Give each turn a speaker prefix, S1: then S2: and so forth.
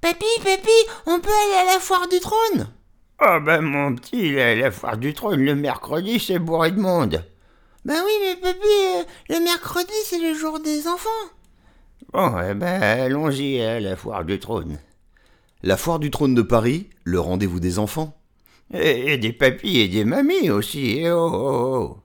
S1: Papy, papy, on peut aller à la foire du trône
S2: Oh ben mon petit, la, la foire du trône le mercredi, c'est bourré de monde.
S1: Bah oui, mais papy, euh, le mercredi, c'est le jour des enfants.
S2: Bon, eh ben allons-y à la foire du trône.
S3: La foire du trône de Paris, le rendez-vous des enfants.
S2: Et, et des papis et des mamies aussi, eh oh oh oh